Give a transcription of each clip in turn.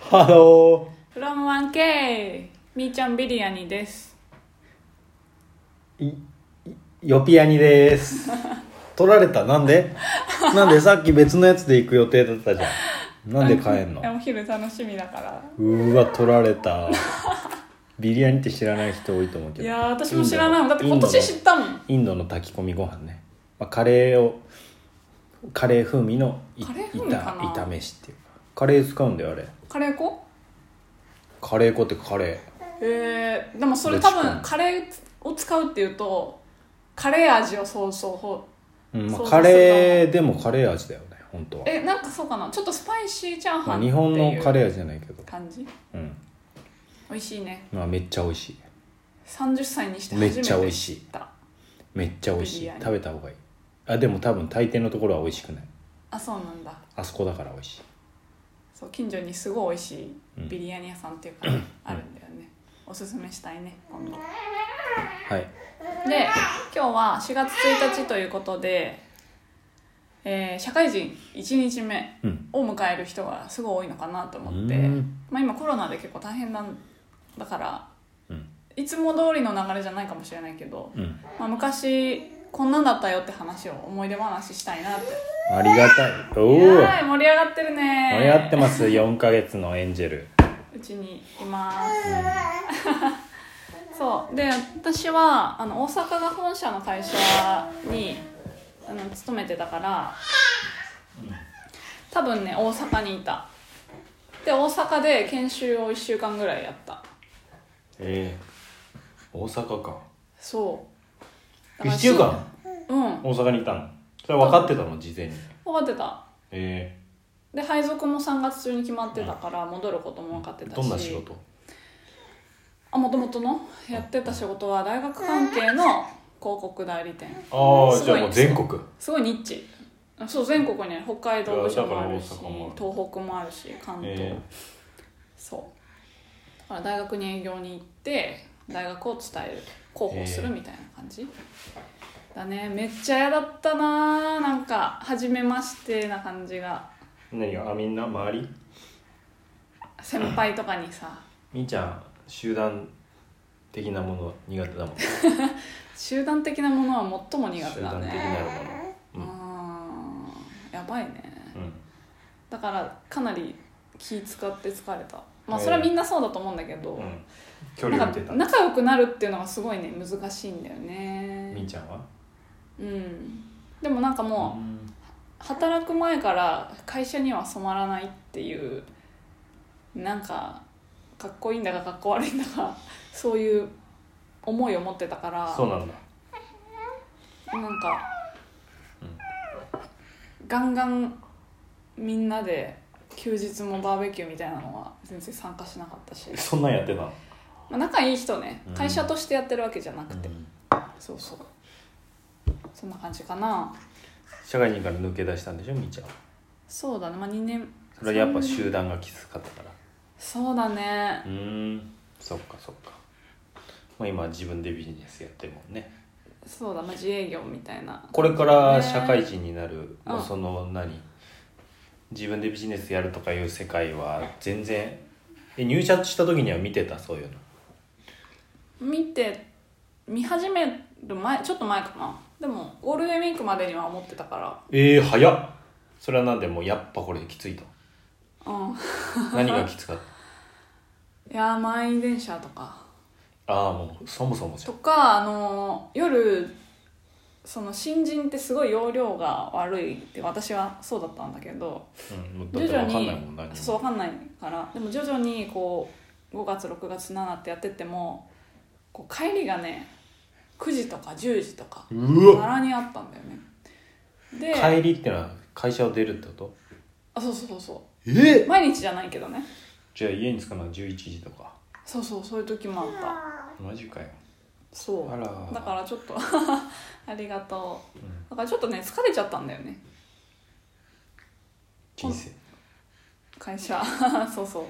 ハロ from1K みーちゃんビリヤニですー。い、いよぴやにです。取られたなんでなんでさっき別のやつで行く予定だったじゃん。なんで帰んのあお昼楽しみだからうーわ、取られた。ビリヤニって知らない人多いと思うけいど。やー私も知らないもんだってイン今ドの年知ったもんインドの炊き込みご飯ね。まあ、カレーを、カレー風味のいカレ炒ー風味かな炒めしっていうか。カレー使うんだよ、あれ。カレー粉カレー粉ってカレえー、でもそれ多どっちか分カレーを使うっていうとカレー味をそうそうほー。うん、まあ、そうカレーでもカレー味だよね、本当は。えなんかそうかなちょっとスパイシーチャーまハあ、ン日本のカレーー味じゃないけど。感じうん。美味しいねまあ、めっちゃ美味しい30歳にして初めめってちゃ美味しい知っためっちゃ美味しビリいヤニ食べた方がいいあでも多分大抵のところは美味しくないあそうなんだあそこだから美味しいそう近所にすごい美味しうんいビリヤニ屋さんっていうか、あるんだよねおすすめしたいね今度はいで今日は4月1日ということで、えー社会人1日目うんを迎える人がすごい多いのかなと思って、うんまあ、今コロナで結構大変なんだからうんいつも通りの流れじゃないかもしれないけど、うんまあ、昔こんなんだったよって話を思い出話したいなってありがたいおおいやーい盛り上がってるね盛り上がってます4ヶ月のエンジェルうちにいます、そうで私はあの大阪が本社の会社にあの勤めてたから多分ね大阪にいたで大阪で研修を1週間ぐらいやったええ大阪かそう1週間うん大阪にいたのそれ分かってたの事前に分かってたえで配属も3月中に決まってたから戻ることも分かってえたしどんな仕事あもともとのやってた仕事は大学関係の広告代理店ああすじゃごあいもう全国すごいニッチあそう全国にね北海道部署もあるしいやだから大阪もある東北もあるし関東、えそうだから大学に営業に行って大学を伝える広報するみたいな感じ、だねめっちゃ嫌だったなーなんか初めましてな感じがえ何があみんな周り先輩とかにさみーちゃん集団的なもの苦手だもん集団的なものは最も苦手集だ団的ねなのうものんやばいねうん、うんだからかなり気使って疲れたまあそれはみんなそうだと思うんだけど、うん、距な離見んてかた仲良くなるっていうのがすごいね難しいんだよみーねちゃんはうんでもなんかもうんう働く前から会社には染まらないっていうなんかかっこいいんだかかっこ悪いんだかそういう思いを持ってたからそうなんだなんか、ガンガンみんなで休日もバーベキューみたいなのは全然参加しなかったし、そんなんやってたの、まあ、仲いい人ねうん会社としてやってるわけじゃなくて、そうそうそんな感じかな社会人から抜け出したんでしょみーちゃんはそうだねまあ2年それはやっぱ集団がきつかったからそうだねうーんそっかそっかまあ今は自分でビジネスやってるもんねそうだ、まあ、自営業みたいなこれから社会人になる、まあうんその何自分でビジネスやるとかいう世界は全然え入社した時には見てたそういうの見て見始める前ちょっと前かなでもゴールデンウィークまでには思ってたかえー、早っそれはなんでもうやっぱこれきついとらうん何がきつかったいやー満員電車とかああもうそもそもじゃとかあの夜その新人ってすごい容量が悪いって私はそうだったんだけどん、うん、だっ徐て々分かんにないもん何もそう分かんないからでも徐々にこう5月6月7ってやってってもこう帰りがね9時とか10時とかうざわらにあったんだよねで帰りってのは会社を出るってことあそうそうそうそえう毎日じゃないけどねじゃあ家に着くのは11時とかそうそうそういう時もあったマジかよそうあらだからちょっと ありがとう、うんだからちょっとね疲れちゃったんだよね人生会社 そうそう、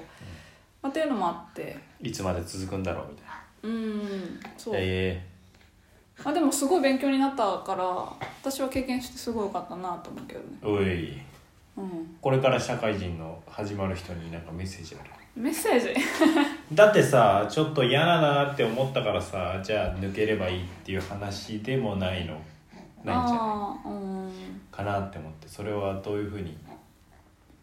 まあ、っていうのもあっていつまで続くんだろうみたいなうんそう、え まあ、でもすごい勉強になったから私は経験してすごい良かったなと思うけどねえおいうん、これから社会人の始まる人になんかメッセージあるメッセージだってさちょっと嫌だなって思ったからさじゃあ抜ければいいっていう話でもないのないんじゃなああうんいかなって思ってそれはどういうふうにい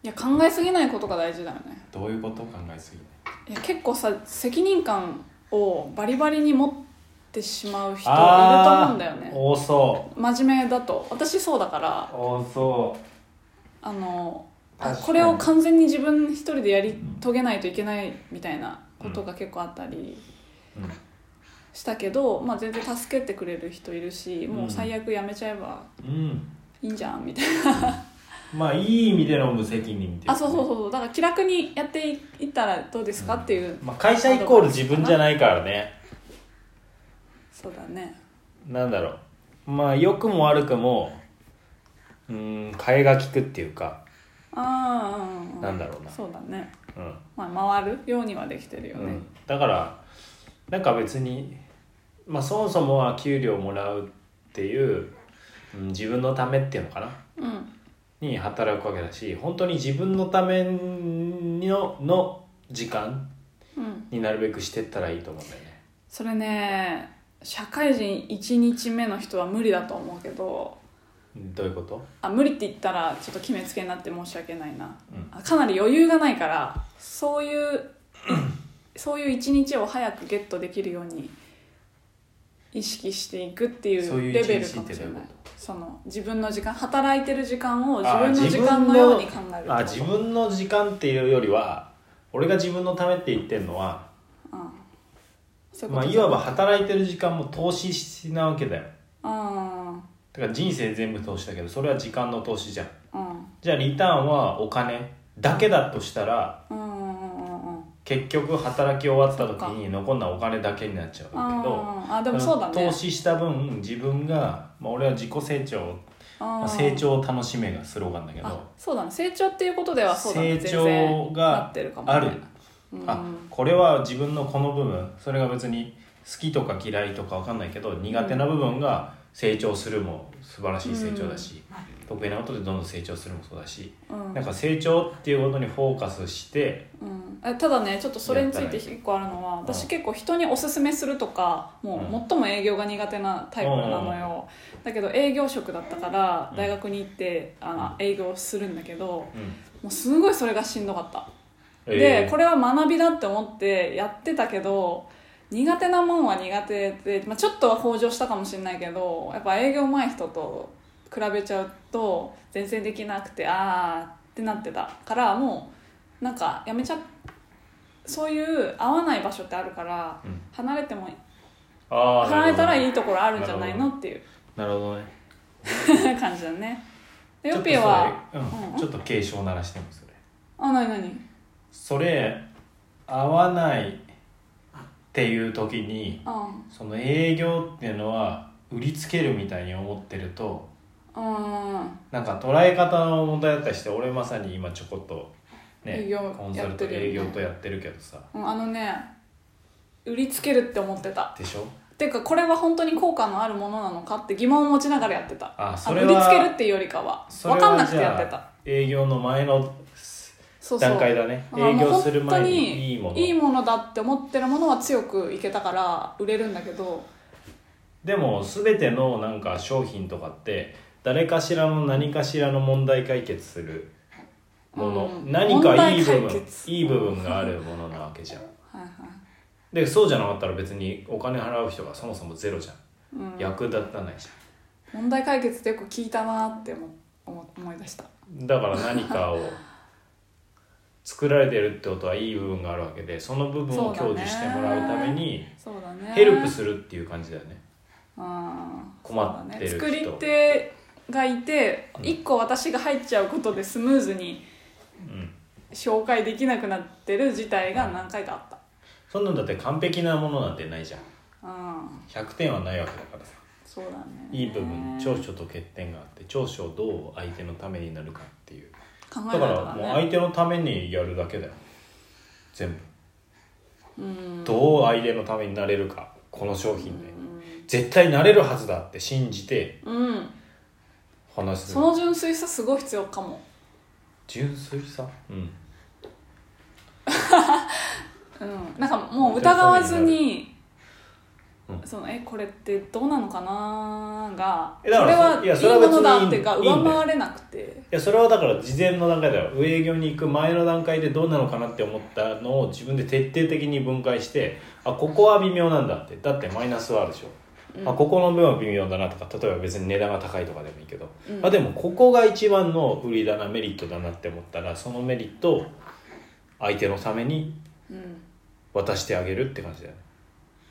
や考えすぎないことが大事だよねどういうことを考えすぎないいや結構さ責任感をバリバリに持ってしまう人いると思うんだよあーね多そ真面目だと私そうだからう多そうあのあ確かにこれを完全に自分一人でやり遂げないといけないみたいなことが結構あったりうんしたけど、まあ、全然助けてくれる人いるしもう最悪やめちゃえばうんいいんじゃんみたいな、まあいい意味での無責任っていうかあそうそうそうそうだから気楽にやっていったらどうですかっていう、まあ、会社イコール自分じゃないからねそうだねなんだろうまあ良くも悪くもうーん替えが利くっていうか、ああうんうんなんだろうなそうだね、うんまあ、回るようにはできてるようねん、だからなんか別に、まあ、そもそもは給料もらうっていう、うん、自分のためっていうのかなうん、に働くわけだし本当に自分のためのの時間うん、になるべくしてったらいいと思うんだよねそれね社会人1日目の人は無理だと思うけどどういうこと、あ無理って言ったらちょっと決めつけになって申し訳ないなうんあかなり余裕がないからそういう そういう一日を早くゲットできるように意識していくっていそういううレ一ベルか日っもてしどれういうなこいとその自分の時間働いてる時間を自あ分の時間のように考えるってことあ自分の時間っていうよりは俺が自分のためって言ってるのはうんそういうまこあといわば働いてる時間も投資しなわけだよあだから人生全部投資だけどそれは時間の投資じゃんあうんじゃあリターンはお金だけだとしたらうんうんうんうんうん結局働き終わった時に残るのはお金だけになっちゃうけどあーあでもそうだね投資した分自分が、まあ、俺は自己成長、まああー成長を楽しめがスローガンだけどあそうだね成長っていうことではそうだね成長が全然なってるかもあねるうんあこれは自分のこの部分それが別に好きとか嫌いとか分かんないけど苦手な部分が成長するも素晴らしい成長だし、得意なことでどんどん成長するもそうだし、うんなんか成長っていうことにフォーカスしてうん、えただねちょっとそれについて一個あるのは私結構人におすすめするとかもうう最も営業が苦手なタイプなのよ、だけど営業職だったから大学に行って、あの営業するんだけどもうんうすごいそれがしんどかった、えでーこれは学びだって思ってやってたけど苦手なもんは苦手で、まあ、ちょっとは向上したかもしれないけどやっぱ営業上手い人と比べちゃうと全然できなくてああってなってたからもうなんかやめちゃそういう合わない場所ってあるからうん離れてもあー離れたらなるいいところあるんじゃないのっていうほどなるほどね 感じだねでヨッピーはちょっとそれ、うんうんちょっと警鐘鳴らしてもそれあなになにそれ合わないっていう時にうんその営業っていうのは売りつけるみたいに思ってるとうんなんか捉え方の問題だったりして俺まさに今ちょこっとね営業コンサルとやってる営よ業ねとやってるけどさうんあのね売りつけるって思ってたでしょていうかこれは本当に効果のあるものなのかって疑問を持ちながらやってたああそれ売りつけはるっていうよりかはそれ分かんはなくてじやゃってたあ営業の前のそうそう段階だねだから営もう業する前本当にいいものいいものだって思ってるものは強くいけたから売れるんだけどでも全てのなんか商品とかって誰かしらの何かしらの問題解決するもの、うん何かいい部問題解分決いい部分があるものなわけじゃんはいはいでそうじゃなかったら別にお金払う人がそもそもゼロじゃん、うん役立たないじ問題解決ってよく聞いたなって思思思い出したゃんだから何かを作られてるってことはいい部分があるわけでその部分を享受してもらうためにそうだねヘルプするっていう感じだよねうん困ってる人そうだね、作り手がいて一個私が入っちゃうことでスムーズにうん紹介できなくなってる事態が何回かあったそんなんだって完璧なものなんてないじゃんうん100点はないわけだからさそうだねいい部分長所と欠点があって長所をどう相手のためになるかっていう考だかえないらともうだね相手のためにやるだけだよ全部うんどう相手のためになれるかこの商品でう絶対なれるはずだって信じてんうん話すそるの純粋さすごい必要かも純粋さうんうん、なんかもう疑わずにうんそのえこれってどうなのかなーがこえれだからはいやそれはい別にもいいのだってがいいんだよ上回れなくていやそれはだから事前の段階だよ営業に行く前の段階でどうなのかなって思ったのを自分で徹底的に分解してあここは微妙なんだってだってマイナスはあるでしょ、うんあここの分は微妙だなとか例えば別に値段が高いとかでもいいけど、うんあでもここが一番の売りだなメリットだなって思ったらそのメリットを相手のためにうん渡してあげるって感じだよね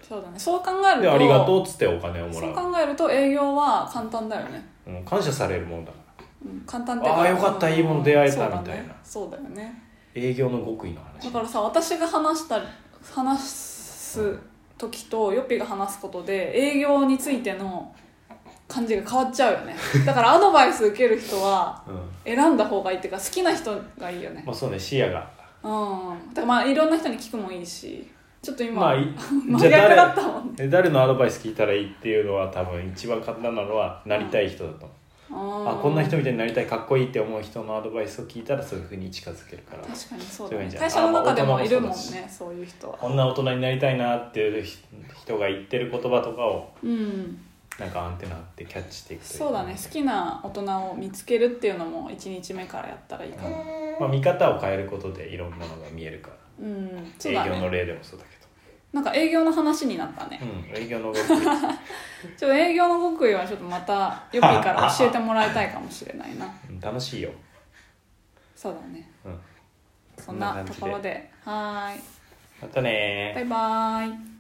そうだねそう考えるでとありがとうっつってお金をもらそうう考えると営業は簡単だよね、うん、感謝されるもんだからうん、簡単っていあーよかったいいもの出会えたそうだねみたいなそうだよね営業の極意の話だからさ私が話した話す時とヨッピーが話すことで営業についての感じが変わっちゃうよ ねだからアドバイス受ける人はうん選んだ方がいいっていうか好きな人がいいよねまあそうね視野がうんだからまあいろんな人に聞くもいいしちょっと今、まあい真じゃあ逆誰だったもんねで誰のアドバイス聞いたらいいっていうのは多分一番簡単なのはなりたい人だと、ああこんな人みたいになりたいかっこいいって思う人のアドバイスを聞いたらそういうふうに近づけるから確かにそうそういうだのいいんねじゃない会社の中でもいるもんあまあ大人もそうねそういう人はこんな大人になりたいなっていう人が言ってる言葉とかをうんなんかアンテナ張ってキャッチしていくといそうだね好きな大人を見つけるっていうのも1日目からやったらいいかもまあ、見方を変えることでいろんなのが見えるから、うんそ営うだ業のね例でもそうだけなんか営業の話になったねど、うん、営業の動きちょっと営業の極意はちょっとまたヨピーから教えてもらいたいかもしれないなうん楽しいよ、そうだねうん、そんなところではーいまたねーバイバーイ